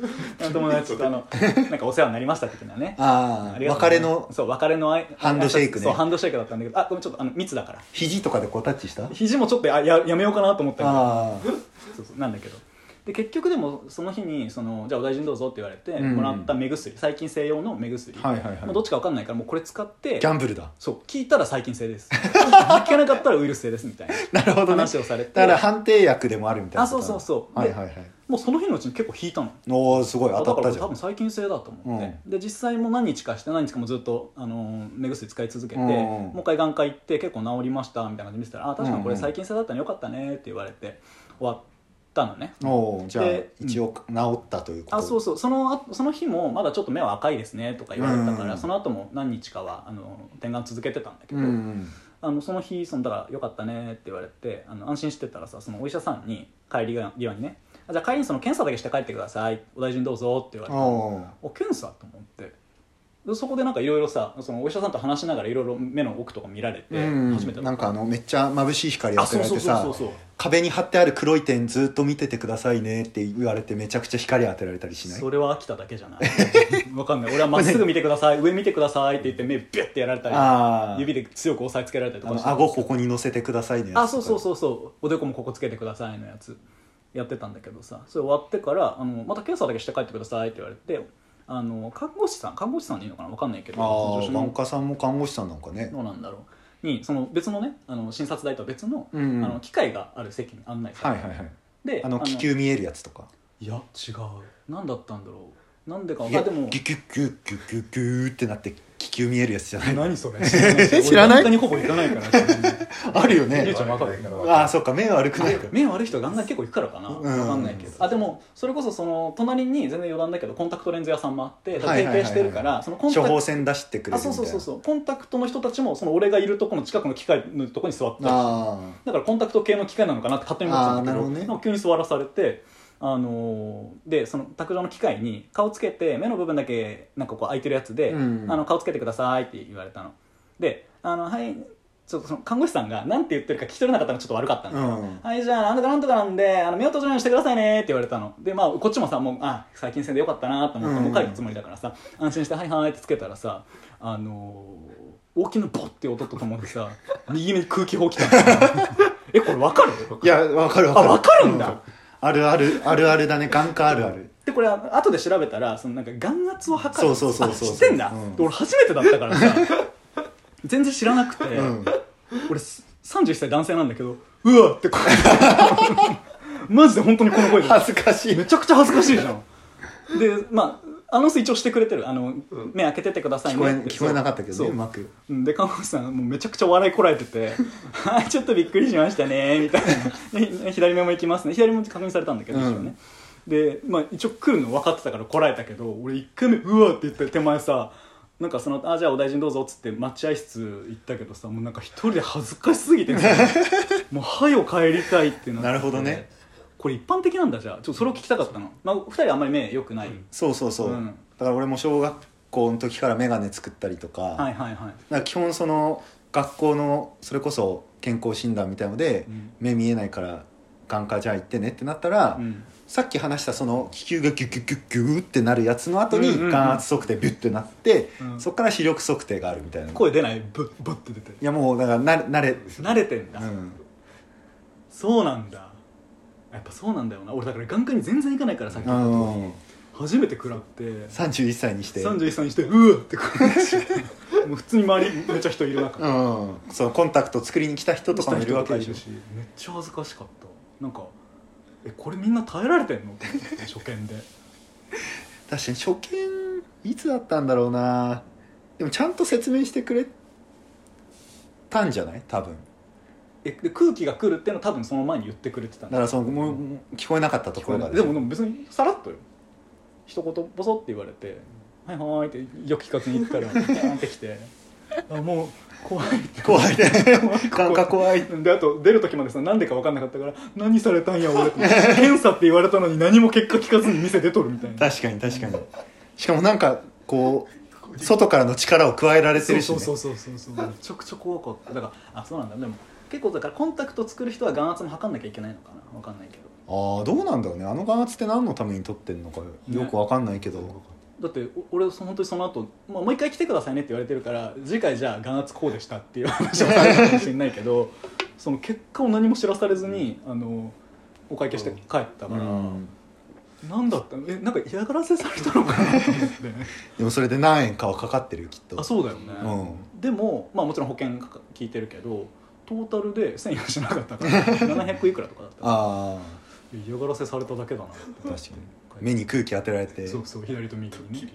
[SPEAKER 2] 友達とあのなんかお世話になりました的なね
[SPEAKER 1] ああ
[SPEAKER 2] りがとう
[SPEAKER 1] 別れの
[SPEAKER 2] そう別れのあい
[SPEAKER 1] ハンドシェイクね
[SPEAKER 2] そうハンドシェイクだったんだけどあごめんちょっとあの密だから
[SPEAKER 1] 肘とかでこうタッチした
[SPEAKER 2] 肘もちょっとあややめようかなと思ったけど
[SPEAKER 1] あ
[SPEAKER 2] そうそうなんだけどで結局でもその日にその「じゃあお大臣どうぞ」って言われて、
[SPEAKER 1] うん
[SPEAKER 2] もらった目薬細菌性用の目薬、
[SPEAKER 1] あはいはいはい
[SPEAKER 2] まあ、どっちか分かんないからもうこれ使って
[SPEAKER 1] ギャンブルだ
[SPEAKER 2] そう聞いたら細菌性です
[SPEAKER 1] [laughs]
[SPEAKER 2] 聞かなかったらウイルス性ですみたいな
[SPEAKER 1] なるほどね
[SPEAKER 2] 話をされて
[SPEAKER 1] だから判定薬でもあるみたいな
[SPEAKER 2] あそうそうそう
[SPEAKER 1] はい
[SPEAKER 2] で
[SPEAKER 1] はいはい
[SPEAKER 2] もうその日のうちに結構引いたの
[SPEAKER 1] おおすごい
[SPEAKER 2] あ
[SPEAKER 1] 当たった
[SPEAKER 2] だから
[SPEAKER 1] じゃ
[SPEAKER 2] 多分
[SPEAKER 1] ん
[SPEAKER 2] 細菌性だと思って、で実際もう何日かして何日かもずっと、あのー目薬使い続けて、
[SPEAKER 1] うん
[SPEAKER 2] もう一回眼科行って結構治りましたみたいな感じで見てたら「あ確かにこれ細菌性だったねよかったね」って言われて終わったのね、
[SPEAKER 1] おおじゃあ
[SPEAKER 2] で
[SPEAKER 1] 一応治ったということ
[SPEAKER 2] あそううそうその後その日もまだちょっと目は赤いですねとか言われたから、
[SPEAKER 1] うん
[SPEAKER 2] その後も何日かはあの点眼続けてたんだけど、
[SPEAKER 1] んうん
[SPEAKER 2] あのその日そのだから「よかったね」って言われてあの安心してたらさそのお医者さんに帰り際にねあ「じゃあ帰りにその検査だけして帰ってくださいお大臣どうぞ」って言われ
[SPEAKER 1] お
[SPEAKER 2] て。
[SPEAKER 1] お
[SPEAKER 2] あ検査と思ってでそこでなんかいろいろさそのお医者さんと話しながらいろいろ目の奥とか見られて
[SPEAKER 1] うん
[SPEAKER 2] 初めてだ
[SPEAKER 1] な
[SPEAKER 2] っ
[SPEAKER 1] ん
[SPEAKER 2] た
[SPEAKER 1] かあのめっちゃ眩しい光当
[SPEAKER 2] あ
[SPEAKER 1] て
[SPEAKER 2] そ
[SPEAKER 1] ら
[SPEAKER 2] う
[SPEAKER 1] れ
[SPEAKER 2] そう
[SPEAKER 1] て
[SPEAKER 2] そう
[SPEAKER 1] さ
[SPEAKER 2] そうそう
[SPEAKER 1] 壁に貼ってある黒い点ずっと見ててくださいねって言われてめちゃくちゃ光当てられたりしない
[SPEAKER 2] それは秋田だけじゃないわかんない俺
[SPEAKER 1] [laughs]
[SPEAKER 2] はまっすぐ見てください上見てくださいって言って目ビュッてやられた
[SPEAKER 1] ああ
[SPEAKER 2] り指で強く押さえつけられたりと
[SPEAKER 1] あ
[SPEAKER 2] か
[SPEAKER 1] の
[SPEAKER 2] して
[SPEAKER 1] 顎ここに乗せてくださいね
[SPEAKER 2] あそうそうそうそうおでこもここつけてくださいのやつやってたんだけどさそれ終わってからあのまた検査だけして帰ってくださいって言われてあの看護師さん看護師さんでいいのかなわかんないけど
[SPEAKER 1] ああ
[SPEAKER 2] 助手の
[SPEAKER 1] 眼科さんも看護師さんなんかね
[SPEAKER 2] どうなんだろうにその別のねあの診察台とは別の,、
[SPEAKER 1] うんうん
[SPEAKER 2] あの機械がある席に案内さ
[SPEAKER 1] はい
[SPEAKER 2] れ
[SPEAKER 1] はい
[SPEAKER 2] て、
[SPEAKER 1] はい
[SPEAKER 2] で
[SPEAKER 1] あの気球見えるやつとか
[SPEAKER 2] いや違う何だったんだろうなんでか
[SPEAKER 1] い
[SPEAKER 2] あ
[SPEAKER 1] や
[SPEAKER 2] でも
[SPEAKER 1] ギュギュギュギュギュギュってなって気球見えるやつじゃないの
[SPEAKER 2] 何それ知
[SPEAKER 1] 知らない
[SPEAKER 2] 俺眼科にほぼ行かないからちなみに
[SPEAKER 1] あるよ
[SPEAKER 2] ゆう
[SPEAKER 1] ね
[SPEAKER 2] ちゃんわかる
[SPEAKER 1] ああそっか目悪くないから
[SPEAKER 2] 目悪い人が眼科に結構行くからかな、
[SPEAKER 1] うん
[SPEAKER 2] わかんないけどあでもそれこそその隣に全然余談だけどコンタクトレンズ屋さんもあっ
[SPEAKER 1] は
[SPEAKER 2] て
[SPEAKER 1] いはい
[SPEAKER 2] 提
[SPEAKER 1] はいはい
[SPEAKER 2] 携してるからそのコン
[SPEAKER 1] 処
[SPEAKER 2] タク
[SPEAKER 1] 方
[SPEAKER 2] ト
[SPEAKER 1] 箋出してくれ
[SPEAKER 2] あ
[SPEAKER 1] るみた
[SPEAKER 2] そ
[SPEAKER 1] いうな
[SPEAKER 2] そうそうそうコンタクトの人たちもその俺がいるところの近くの機械のところに座ったりして
[SPEAKER 1] ああ
[SPEAKER 2] だからコンタクト系の機械なのかなって勝手に思ってたんだけ
[SPEAKER 1] あー
[SPEAKER 2] ど
[SPEAKER 1] なるほどね
[SPEAKER 2] なんか急に座らされて、あのーでその卓上の機械に顔つけて目の部分だけなんかこう開いてるやつで「
[SPEAKER 1] うん
[SPEAKER 2] あの顔つけてください」って言われたので「あのはいちょっとその看護師さんがなんて言ってるか聞き取れなかったのがちょっと悪かったんで
[SPEAKER 1] う
[SPEAKER 2] すよ、
[SPEAKER 1] ん
[SPEAKER 2] はいじゃあなんとかなんとかなんであの目を閉じないようにしてくださいねって言われたのでまあこっちもさもうあ最近戦でよかったなと思って
[SPEAKER 1] うん
[SPEAKER 2] もう帰るつもりだからさ安心して「はいはい」ってつけたらさあのー、大きなボッって音とともにさ [laughs] 右目に空気砲来たの [laughs] えこれわかる
[SPEAKER 1] いやわかるわかる
[SPEAKER 2] あわかるんだ
[SPEAKER 1] うあるあるあるあるだね眼科あるある
[SPEAKER 2] でこれ後で調べたらそのなんか眼圧を測る
[SPEAKER 1] そうそうそうそう
[SPEAKER 2] あ知ってんだ、
[SPEAKER 1] うん
[SPEAKER 2] で俺初めてだったからさ全然知らなくて、
[SPEAKER 1] うん
[SPEAKER 2] 俺す31歳男性なんだけどうわって声マジで本当にこの声で
[SPEAKER 1] 恥ずかしい
[SPEAKER 2] めちゃくちゃ恥ずかしいじゃ
[SPEAKER 1] [laughs]
[SPEAKER 2] んでまあアナウンス一応してくれてるあの、
[SPEAKER 3] ん
[SPEAKER 2] 目開けててください
[SPEAKER 1] 聞こえ
[SPEAKER 2] ねって
[SPEAKER 1] 聞こえなかったけど
[SPEAKER 2] そう
[SPEAKER 1] ねうまく
[SPEAKER 2] うんで看護師さんもうめちゃくちゃ笑いこらえ
[SPEAKER 1] [laughs]
[SPEAKER 2] てて「はいちょっとびっくりしましたね」みたいなで「左目も行きますね」左目も確認されたんだけど、
[SPEAKER 1] うん
[SPEAKER 2] 一応ねで、まあ、一応来るの分かってたからこらえたけど俺一回目「うわ」って言って手前さなんかその「あじゃあお大臣どうぞ」っつって待合室行ったけどさもうなんか一人で恥ずかしすぎ
[SPEAKER 1] [laughs]
[SPEAKER 2] てさもう「はよ帰りたい」ってなって
[SPEAKER 1] なるほどね
[SPEAKER 2] これ一般的なんだじゃあちょっとそれを聞きたかったの、まあ、2人あんまり目良くない、
[SPEAKER 3] うん
[SPEAKER 1] そうそうそう、
[SPEAKER 2] うん
[SPEAKER 1] だから俺も小学校の時から眼鏡作ったりとか,、
[SPEAKER 2] はいはいはい
[SPEAKER 1] なんか基本その学校のそれこそ健康診断みたいので、
[SPEAKER 2] うん
[SPEAKER 1] 目見えないから眼科じゃあ行ってねってなったら、
[SPEAKER 2] うん
[SPEAKER 1] さっき話したその気球がギュギュギュギュってなるやつの後に
[SPEAKER 2] うんうんうん
[SPEAKER 1] 眼圧測定ビュッてなって、
[SPEAKER 2] うん
[SPEAKER 1] そっから視力測定があるみたいな、い
[SPEAKER 2] 声出ないブッブッって出て
[SPEAKER 1] やもうだからな慣れ、
[SPEAKER 2] 慣れてんだ、
[SPEAKER 1] うん、
[SPEAKER 2] そうなんだやっぱそうなんだよな俺だから眼科に全然行かないからさっき
[SPEAKER 1] あ
[SPEAKER 2] のこと
[SPEAKER 1] の
[SPEAKER 2] 初めて食らって
[SPEAKER 1] 31歳にして
[SPEAKER 2] 31歳にしてうわって感じもう普通に周りめっちゃ人いる中
[SPEAKER 1] うん、そのコンタクト作りに来た人とかもいるわけでしょ
[SPEAKER 2] めっちゃ恥ずかしかったなんかえこれみんな耐えられてんのって思って初見で
[SPEAKER 1] 確かに初見いつだったんだろうなでもちゃんと説明してくれたんじゃない多分
[SPEAKER 2] えで空気が来るっての多分その前に言ってくれてた
[SPEAKER 1] だ
[SPEAKER 2] ん
[SPEAKER 1] からそのもうもう聞こえなかったと
[SPEAKER 2] 聞
[SPEAKER 1] こ
[SPEAKER 2] こえ
[SPEAKER 1] ろ
[SPEAKER 2] な
[SPEAKER 1] が
[SPEAKER 2] いでもでも別にさらっとよ一言ボソって言われて「はいはーい」ってよく聞かずに行ったらピャーンってきて「あもう怖い」
[SPEAKER 1] 怖いね
[SPEAKER 2] [laughs] 怖い
[SPEAKER 1] 感覚怖い
[SPEAKER 2] であと出る時までさなんでか分かんなかったから「何されたんや俺」って検査って言われたのに何も結果聞かずに店出とるみたいな
[SPEAKER 1] 確かに確かにしかもなんかこう外からの力を加えられて
[SPEAKER 2] そう
[SPEAKER 1] るし、
[SPEAKER 2] そ
[SPEAKER 1] ね、
[SPEAKER 2] うそうそうそうそうめちゃくちゃ怖かっただからあそうなんだでも結構だからコンタクト作る人は眼圧も測んなきゃいけないのかな分かんないけど
[SPEAKER 1] ああどうなんだろうねあの眼圧って何のために撮ってんのかよくわかんないけど、
[SPEAKER 2] だってお俺そ本当にその後、まあもう一回来てくださいねって言われてるから次回じゃあ眼圧こうでしたっていう話はあるかもしれないけどその結果を何も知らされずに、あのお会計して帰った
[SPEAKER 1] う
[SPEAKER 2] から、
[SPEAKER 1] ん、
[SPEAKER 2] なんだったのえなんか嫌がらせされた
[SPEAKER 1] [laughs]
[SPEAKER 2] のかなと思って、
[SPEAKER 1] でもそれで何円かはかかってるよきっと
[SPEAKER 2] あそうだよね、
[SPEAKER 1] う
[SPEAKER 2] でも、まあ、もちろん保険かか聞いてるけどトータルで1000円しな
[SPEAKER 1] [laughs]
[SPEAKER 2] かったから700いくらとかだったか
[SPEAKER 1] あ
[SPEAKER 2] ら嫌がらせされただけだな
[SPEAKER 1] あ確かに目に空気当てられて
[SPEAKER 2] そうそう左と右にね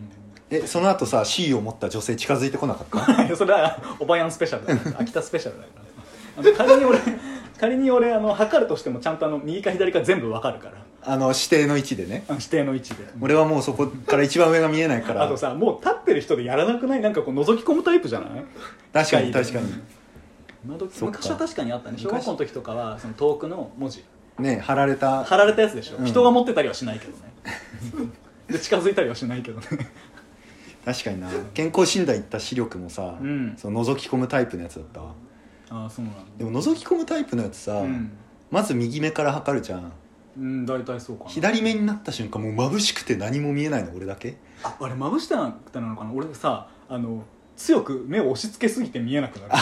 [SPEAKER 1] えその後さ C を持った女性近づいてこなかった
[SPEAKER 2] いや [laughs] それはおばやんスペシャルだから秋田スペシャルだからあの仮に俺 [laughs] 仮に俺あの測るとしてもちゃんとあの右か左か全部わかるから
[SPEAKER 1] あの指定の位置でね
[SPEAKER 2] あの指定の位置で
[SPEAKER 1] 俺はもうそこから一番上が見えないから
[SPEAKER 2] あとさもう立ってる人でやらなくないなんかこう覗き込むタイプじゃない
[SPEAKER 1] 確かに
[SPEAKER 2] 機械で
[SPEAKER 1] 確かに
[SPEAKER 2] 今時
[SPEAKER 1] そっか
[SPEAKER 2] 昔は確かにあったね
[SPEAKER 1] 昔
[SPEAKER 2] 小学校の時とかはその遠くの文字
[SPEAKER 1] ね貼られた
[SPEAKER 2] 貼られたやつでしょ、
[SPEAKER 1] うん
[SPEAKER 2] 人が持ってたりはしないけどね
[SPEAKER 1] [laughs]
[SPEAKER 2] で近づいたりはしないけどね
[SPEAKER 1] 確かにな健康診断行った視力もさ、
[SPEAKER 2] うん
[SPEAKER 1] その覗き込むタイプのやつだったわ
[SPEAKER 2] ああそうなん
[SPEAKER 1] で
[SPEAKER 2] だ
[SPEAKER 1] も覗き込むタイプのやつさ、
[SPEAKER 2] うん、
[SPEAKER 1] まず右目から測るじゃん
[SPEAKER 2] うん、大体そうかな
[SPEAKER 1] 左目になった瞬間もう眩しくて何も見えないの俺だけ
[SPEAKER 2] ああれまぶしてなくてなのかな俺さあの強く目を押し付けすぎて見えなくなる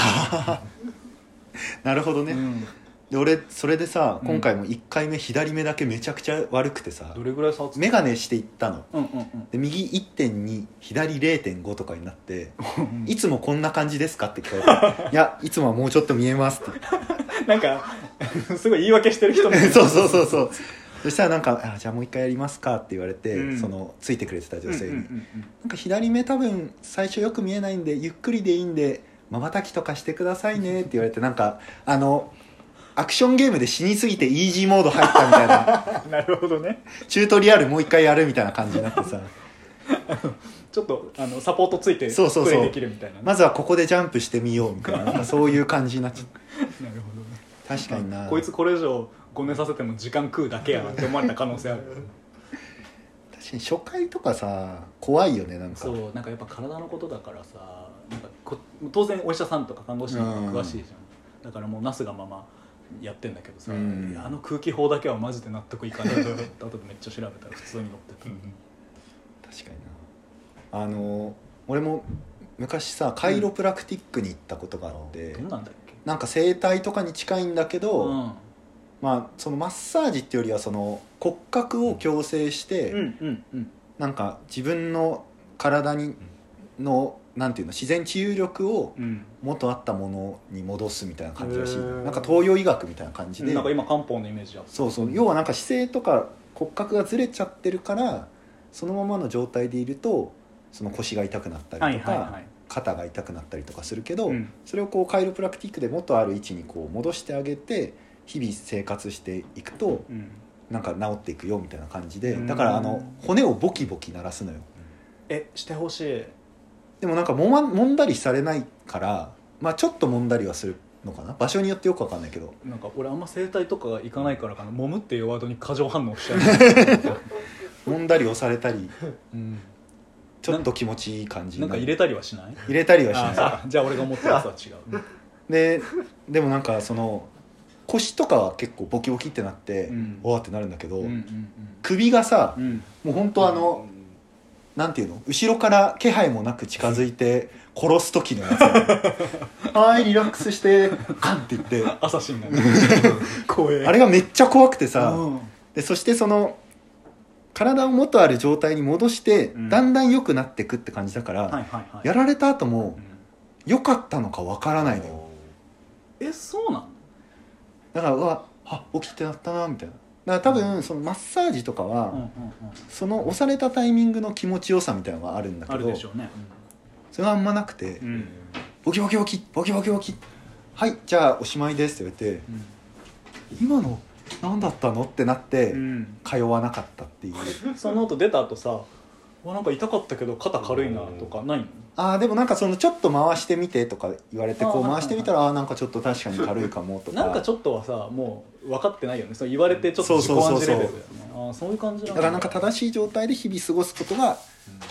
[SPEAKER 1] なるほどね、
[SPEAKER 2] うん
[SPEAKER 1] で俺それでさ
[SPEAKER 2] うん
[SPEAKER 1] 今回も1回目左目だけめちゃくちゃ悪くてさ、
[SPEAKER 2] どれぐらい差をつけ
[SPEAKER 1] 眼鏡していったの
[SPEAKER 2] うんうん
[SPEAKER 1] で右1.2左0.5とかになっ
[SPEAKER 2] [laughs]
[SPEAKER 1] て
[SPEAKER 2] うん
[SPEAKER 1] いつもこんな感じですかって聞かれて「いやいつもはもうちょっと見えます」って [laughs]
[SPEAKER 2] なんか [laughs] すごい言い訳してる人も
[SPEAKER 1] そうそうそうそうそしたらなんか「あじゃあもう一回やりますか」って言われて、
[SPEAKER 2] うん
[SPEAKER 1] そのついてくれてた
[SPEAKER 2] う
[SPEAKER 1] 女
[SPEAKER 2] んうん
[SPEAKER 1] 性に、
[SPEAKER 2] うん
[SPEAKER 1] なんか左目多分最初よく見えないんでゆっくりでいいんでまばたきとかしてくださいねって言われ
[SPEAKER 2] [laughs]
[SPEAKER 1] てなんかあのアクションゲームで死にすぎてイージーモード入ったみたい
[SPEAKER 2] [laughs]
[SPEAKER 1] な
[SPEAKER 2] うんなるほどね
[SPEAKER 1] チュートリアルもう一回やるみたいな感じになってさ
[SPEAKER 2] ちょっとあのサポートついて
[SPEAKER 1] そうそうそう
[SPEAKER 2] プレイできるみたいなね
[SPEAKER 1] まずはここでジャンプしてみようみたいななんかそういう感じになっちゃっ
[SPEAKER 2] なるほどね
[SPEAKER 1] た確かにな
[SPEAKER 2] こいつこれ以上ごねさせても時間食うだけやなって思われた可能性ある [laughs]
[SPEAKER 1] 確かに初回とかさ怖いよねなんか
[SPEAKER 2] そうなんかやっぱ体のことだからさなんかこ当然お医者さんとか看護師の方が詳しいじゃん、
[SPEAKER 1] う
[SPEAKER 2] だからもうなすがままやってんだけどさ、
[SPEAKER 1] うん
[SPEAKER 2] いやあの空気砲だけはマジで納得いかないと思って後でめっちゃ調べたら普通に乗ってた、
[SPEAKER 1] 確かになあの俺も昔さカイロプラクティックに行ったことがあって、
[SPEAKER 2] どんなんだっけ
[SPEAKER 1] なんか整体とかに近いんだけど、
[SPEAKER 2] うん
[SPEAKER 1] まあそのマッサージっていうよりはその骨格を矯正して、
[SPEAKER 2] うんうんうん
[SPEAKER 1] なんか自分の体にのなんていうの自然治癒力を
[SPEAKER 2] うん
[SPEAKER 1] 元あったものに戻すみたいな感じらしい
[SPEAKER 2] へー
[SPEAKER 1] なんか東洋医学みたいな感じで
[SPEAKER 2] なんか今漢方のイメージや
[SPEAKER 1] そうそう要はなんか姿勢とか骨格がずれちゃってるからそのままの状態でいるとその腰が痛くなった
[SPEAKER 2] は
[SPEAKER 1] り
[SPEAKER 2] い
[SPEAKER 1] とか、
[SPEAKER 2] はいはい
[SPEAKER 1] 肩が痛くなったりとかするけど、
[SPEAKER 2] うん
[SPEAKER 1] それをこうカイロプラクティックで元ある位置にこう戻してあげて日々生活していくと
[SPEAKER 2] うん
[SPEAKER 1] なんか治っていくよみたいな感じで
[SPEAKER 2] うん
[SPEAKER 1] だからあの骨をボキボキ鳴らすのよ
[SPEAKER 2] えしてほしい
[SPEAKER 1] でもなんかもま揉んだりされないからまあちょっと揉んだりはするのかな場所によってよくわかんないけど
[SPEAKER 2] なんか俺あんま整体とか行かないからかな揉むっていうワードに過剰反応しちゃう、 [laughs]
[SPEAKER 1] 揉んだり押されたり
[SPEAKER 2] うん
[SPEAKER 1] ちょっと気持ちいい感じに
[SPEAKER 2] なん
[SPEAKER 1] な
[SPEAKER 2] か
[SPEAKER 1] る
[SPEAKER 2] 入れたりはしない
[SPEAKER 1] 入れたりはし
[SPEAKER 2] あ
[SPEAKER 1] ない
[SPEAKER 2] そうかじゃあ俺が思ってるやつは違う
[SPEAKER 1] ででもなんかその腰とかは結構ボキボキってなって、
[SPEAKER 2] うん
[SPEAKER 1] わーってなるんだけど、
[SPEAKER 2] うんうん
[SPEAKER 1] 首がさ
[SPEAKER 2] うんうん
[SPEAKER 1] もう本当あの、なんていうの後ろから気配もなく近づいて殺す時の
[SPEAKER 2] [laughs]
[SPEAKER 1] やつだよねはーいリラックスしてカンって言って
[SPEAKER 2] 朝シンがね怖え
[SPEAKER 1] あれがめっちゃ怖くてさ、
[SPEAKER 2] うん
[SPEAKER 1] でそしてその体を元ある状態に戻して、
[SPEAKER 2] うん
[SPEAKER 1] だんだん良くなってくって感じだから、
[SPEAKER 2] はいはいはい
[SPEAKER 1] やられた後も
[SPEAKER 2] うん
[SPEAKER 1] 良かったのかわからないのよ
[SPEAKER 2] えそうなの
[SPEAKER 1] だからうわあ起きてなったなみたいなだから多分そのマッサージとかは、
[SPEAKER 2] うんうんうん
[SPEAKER 1] その押されたタイミングの気持ちよさみたいなのがあるんだ
[SPEAKER 2] あ
[SPEAKER 1] け
[SPEAKER 2] るで
[SPEAKER 1] ど
[SPEAKER 2] しょうね
[SPEAKER 1] それがあんまなくて
[SPEAKER 2] うん
[SPEAKER 1] 「ボキボキボキボキボキボキはいじゃあおしまいです」って言われて
[SPEAKER 2] うん
[SPEAKER 1] 「今の何だったの?」ってなって
[SPEAKER 2] うん
[SPEAKER 1] 通わなかったっていう
[SPEAKER 2] その後出た後さうわなんか痛かったけど肩軽いなとかないの
[SPEAKER 1] ああでもなんかそのちょっと回してみてとか言われてこ
[SPEAKER 2] あ
[SPEAKER 1] う
[SPEAKER 2] ー
[SPEAKER 1] 回してみたらあーなんかちょっと確かに軽いかもとか
[SPEAKER 2] [laughs] なんかちょっとはさもう分かってないよねそう言われてちょっと自己暗示レベルだよねああそういう感じな
[SPEAKER 1] だからなんか
[SPEAKER 2] し
[SPEAKER 1] 正しい状態で日々過ごすことが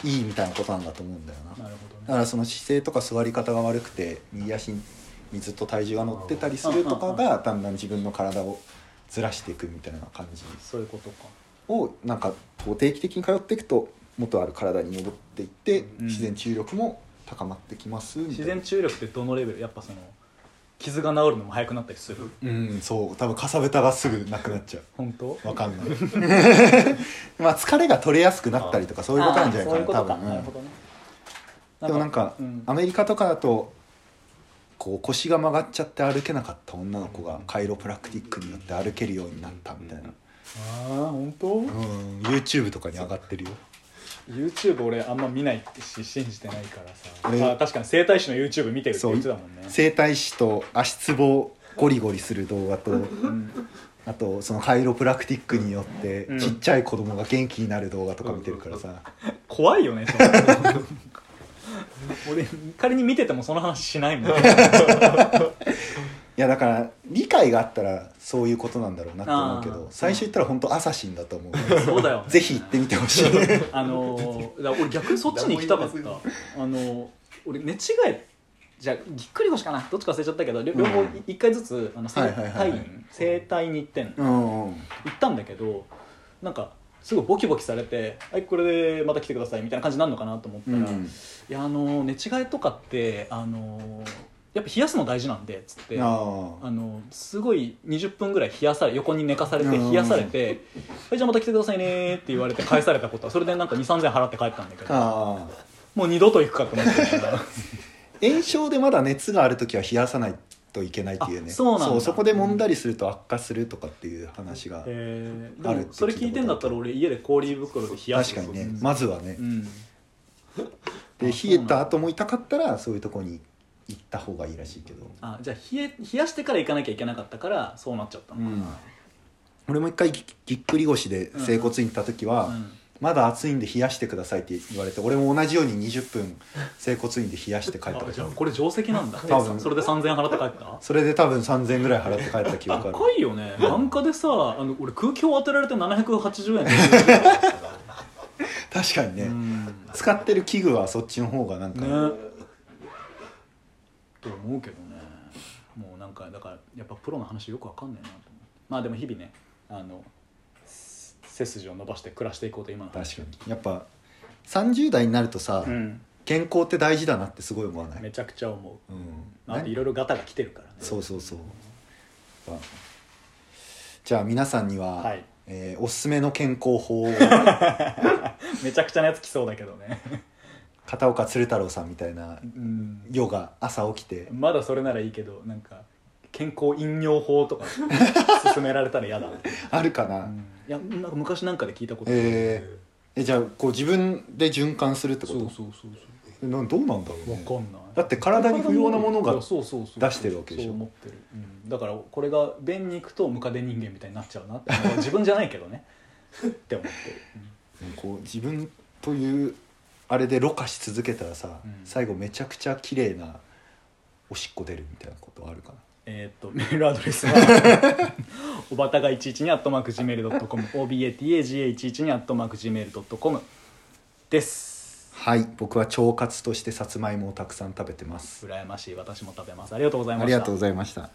[SPEAKER 1] いいみたいなことなんだと思うんだよなだ
[SPEAKER 2] なるほど
[SPEAKER 1] か
[SPEAKER 2] ね
[SPEAKER 1] らその姿勢とか座り方が悪くて右足にずっと体重が乗ってたりするとかがだんだん自分の体をずらしていくみたいな感じ
[SPEAKER 2] そういうことか
[SPEAKER 1] をなんかこう定期的に通っていくと元ある体に戻っていって
[SPEAKER 2] うん
[SPEAKER 1] 自然治癒力も高まってきますみた
[SPEAKER 2] 自
[SPEAKER 1] いな
[SPEAKER 2] 然治癒力ってどのレベルやっぱその傷が治るのも早くなったりする
[SPEAKER 1] うんそう多分かさぶたがすぐなくなっちゃう
[SPEAKER 2] 本当
[SPEAKER 1] わかん
[SPEAKER 2] [laughs]
[SPEAKER 1] ないまあ疲れが取れやすくなったりとかそういうことなんじゃないか
[SPEAKER 2] ああそうい
[SPEAKER 1] な
[SPEAKER 2] うこと
[SPEAKER 1] 多
[SPEAKER 2] か
[SPEAKER 1] 分
[SPEAKER 2] なる
[SPEAKER 1] うん
[SPEAKER 2] ほどね
[SPEAKER 1] でもなんか
[SPEAKER 2] うん
[SPEAKER 1] アメリカとかだとこう腰が曲がっちゃって歩けなかった女の子がカイロプラクティックによって歩けるようになったみたいな
[SPEAKER 2] ああ本当
[SPEAKER 1] うん YouTube とかに上がってるよ
[SPEAKER 2] YouTube 俺あんま見ないし信じてないから
[SPEAKER 1] 俺
[SPEAKER 2] さあ確かに整体師の YouTube 見てるって
[SPEAKER 1] そう
[SPEAKER 2] 言ってたもんね
[SPEAKER 1] 整体師と足つぼをゴリゴリする動画と
[SPEAKER 2] うん
[SPEAKER 1] あとそのカイロプラクティックによって
[SPEAKER 2] うん
[SPEAKER 1] ちっちゃい子供が元気になる動画とか見てるからさ
[SPEAKER 2] 怖いよねそれ
[SPEAKER 1] [laughs]
[SPEAKER 2] 俺仮に見ててもその話しな
[SPEAKER 1] [laughs]
[SPEAKER 2] いもん
[SPEAKER 1] いやだから理解があったらそういうことなんだろうなって思うけ
[SPEAKER 2] あー
[SPEAKER 1] ど最初言ったら本当朝シンだと思う
[SPEAKER 2] そうだよ
[SPEAKER 1] ぜひ行ってみてほ
[SPEAKER 2] [laughs]
[SPEAKER 1] しい
[SPEAKER 2] あ
[SPEAKER 1] [laughs]
[SPEAKER 2] のーだから俺逆にそっちに行きたかったあのー俺寝違えじゃあぎっくり腰かなどっちか忘れちゃったけど両両方
[SPEAKER 1] うん
[SPEAKER 2] 一回ずつあの整
[SPEAKER 1] はいはいは
[SPEAKER 2] 体
[SPEAKER 1] い
[SPEAKER 2] 院整体に行ってん
[SPEAKER 1] う
[SPEAKER 2] の
[SPEAKER 1] んうん
[SPEAKER 2] 行ったんだけどなんかすごいボキボキされて「はいこれでまた来てください」みたいな感じになるのかなと思った
[SPEAKER 1] う
[SPEAKER 2] ら、
[SPEAKER 1] ん
[SPEAKER 2] いやあのー寝違えとかってあのーやっぱ冷やすの大事なんでっつって
[SPEAKER 1] ああ
[SPEAKER 2] あのすごい20分ぐらい冷やされ横に寝かされて
[SPEAKER 1] うん
[SPEAKER 2] 冷やされて「はいじゃあまた来てくださいね」って言われて返されたことはそれでなんか2 3 0 0 0払って帰ったんだけど
[SPEAKER 1] ああ
[SPEAKER 2] もう二度と行くかと思ってた
[SPEAKER 1] [laughs]
[SPEAKER 2] から
[SPEAKER 1] 炎症でまだ熱がある時は冷やさないといけないっていうね
[SPEAKER 2] あそうなんだ
[SPEAKER 1] そこで揉んだりすると悪化するとかっていう話が
[SPEAKER 2] えー
[SPEAKER 1] ある
[SPEAKER 2] で
[SPEAKER 1] って聞いたことある
[SPEAKER 2] もそれ聞いてんだったら俺家で氷袋で冷やす
[SPEAKER 1] 確かにね
[SPEAKER 2] うん
[SPEAKER 1] まずはね
[SPEAKER 2] うん
[SPEAKER 1] で
[SPEAKER 2] あそう
[SPEAKER 1] 冷え
[SPEAKER 2] なんだ
[SPEAKER 1] た後も痛かったらそういうとこに行った方がいいらしいけど
[SPEAKER 2] あじゃあ冷え冷やしてから行かなきゃいけなかったからそうなっちゃった
[SPEAKER 1] う
[SPEAKER 2] の
[SPEAKER 1] ん俺も一回ぎぎっくり腰で整骨院行った時は、
[SPEAKER 2] うん
[SPEAKER 1] まだ暑いんで冷やしてくださいって言われて俺も同じように20分整骨院で冷やして帰った
[SPEAKER 2] あ
[SPEAKER 1] こ
[SPEAKER 2] じ
[SPEAKER 1] と
[SPEAKER 2] ゃあ
[SPEAKER 1] ある
[SPEAKER 2] これ定石なんだ
[SPEAKER 1] 多分
[SPEAKER 2] それで3000円払って帰った
[SPEAKER 1] それで多分3000円ぐらい払って帰った記憶ある
[SPEAKER 2] 高いよね眼科でさあの俺空気を当てられて780円で
[SPEAKER 1] [laughs] 確かにね、
[SPEAKER 2] うん
[SPEAKER 1] 使ってる器具はそっちの方がなんか、
[SPEAKER 2] ね思うけどねもうなんかだからやっぱプロの話よくわかんないなと思ってまあでも日々ねあのせ背筋を伸ばして暮らしていこうと今の
[SPEAKER 1] 確
[SPEAKER 2] 話
[SPEAKER 1] かにやっぱ30代になるとさ、
[SPEAKER 2] うん、
[SPEAKER 1] 健康って大事だなってすごい思わない、
[SPEAKER 2] めちゃくちゃ思
[SPEAKER 1] うん
[SPEAKER 2] うあといろいろガタが来てるからね
[SPEAKER 1] そうそうそうやっぱじゃあ皆さんには、
[SPEAKER 2] はい
[SPEAKER 1] えーおすすめの健康法を
[SPEAKER 2] [laughs] めちゃくちゃなやつ来そうだけどね
[SPEAKER 1] 片岡鶴太郎さんみたいな
[SPEAKER 2] [laughs] うん
[SPEAKER 1] ヨガ朝起きて
[SPEAKER 2] まだそれならいいけどなんか健康飲尿法とか勧められたら嫌だ、 [laughs]
[SPEAKER 1] あるかな、
[SPEAKER 2] うんいやなんか昔なんかで聞いたことある
[SPEAKER 1] えーえじゃあこう自分で循環するってこ
[SPEAKER 2] そう
[SPEAKER 1] と
[SPEAKER 2] そうそうそう
[SPEAKER 1] えなんどうなんだろう
[SPEAKER 2] わ
[SPEAKER 1] ね
[SPEAKER 2] かんない
[SPEAKER 1] だって体に不要なものが
[SPEAKER 2] いやそうそうそう
[SPEAKER 1] 出してるわけでしょ
[SPEAKER 2] そう思ってる、うん、だからこれが便に行くとムカデ人間みたいになっちゃうなってまあ自分じゃないけどね [laughs] って思って
[SPEAKER 1] こう自分というあれでろ過し続けたらさ、
[SPEAKER 2] うん
[SPEAKER 1] 最後めちゃくちゃ綺麗なおしっこ出るみたいなことあるかな
[SPEAKER 2] えーっとメールアドレスは [laughs] おばたが11にアットマーク Gmail.com obatagaga11 にアットマーク Gmail.com です
[SPEAKER 1] はい僕は腸活としてさつまいもをたくさん食べてます
[SPEAKER 2] 羨ましい私も食べますありがとうござい
[SPEAKER 1] あ
[SPEAKER 2] ま
[SPEAKER 1] り
[SPEAKER 2] し
[SPEAKER 1] が
[SPEAKER 2] た
[SPEAKER 1] とうございました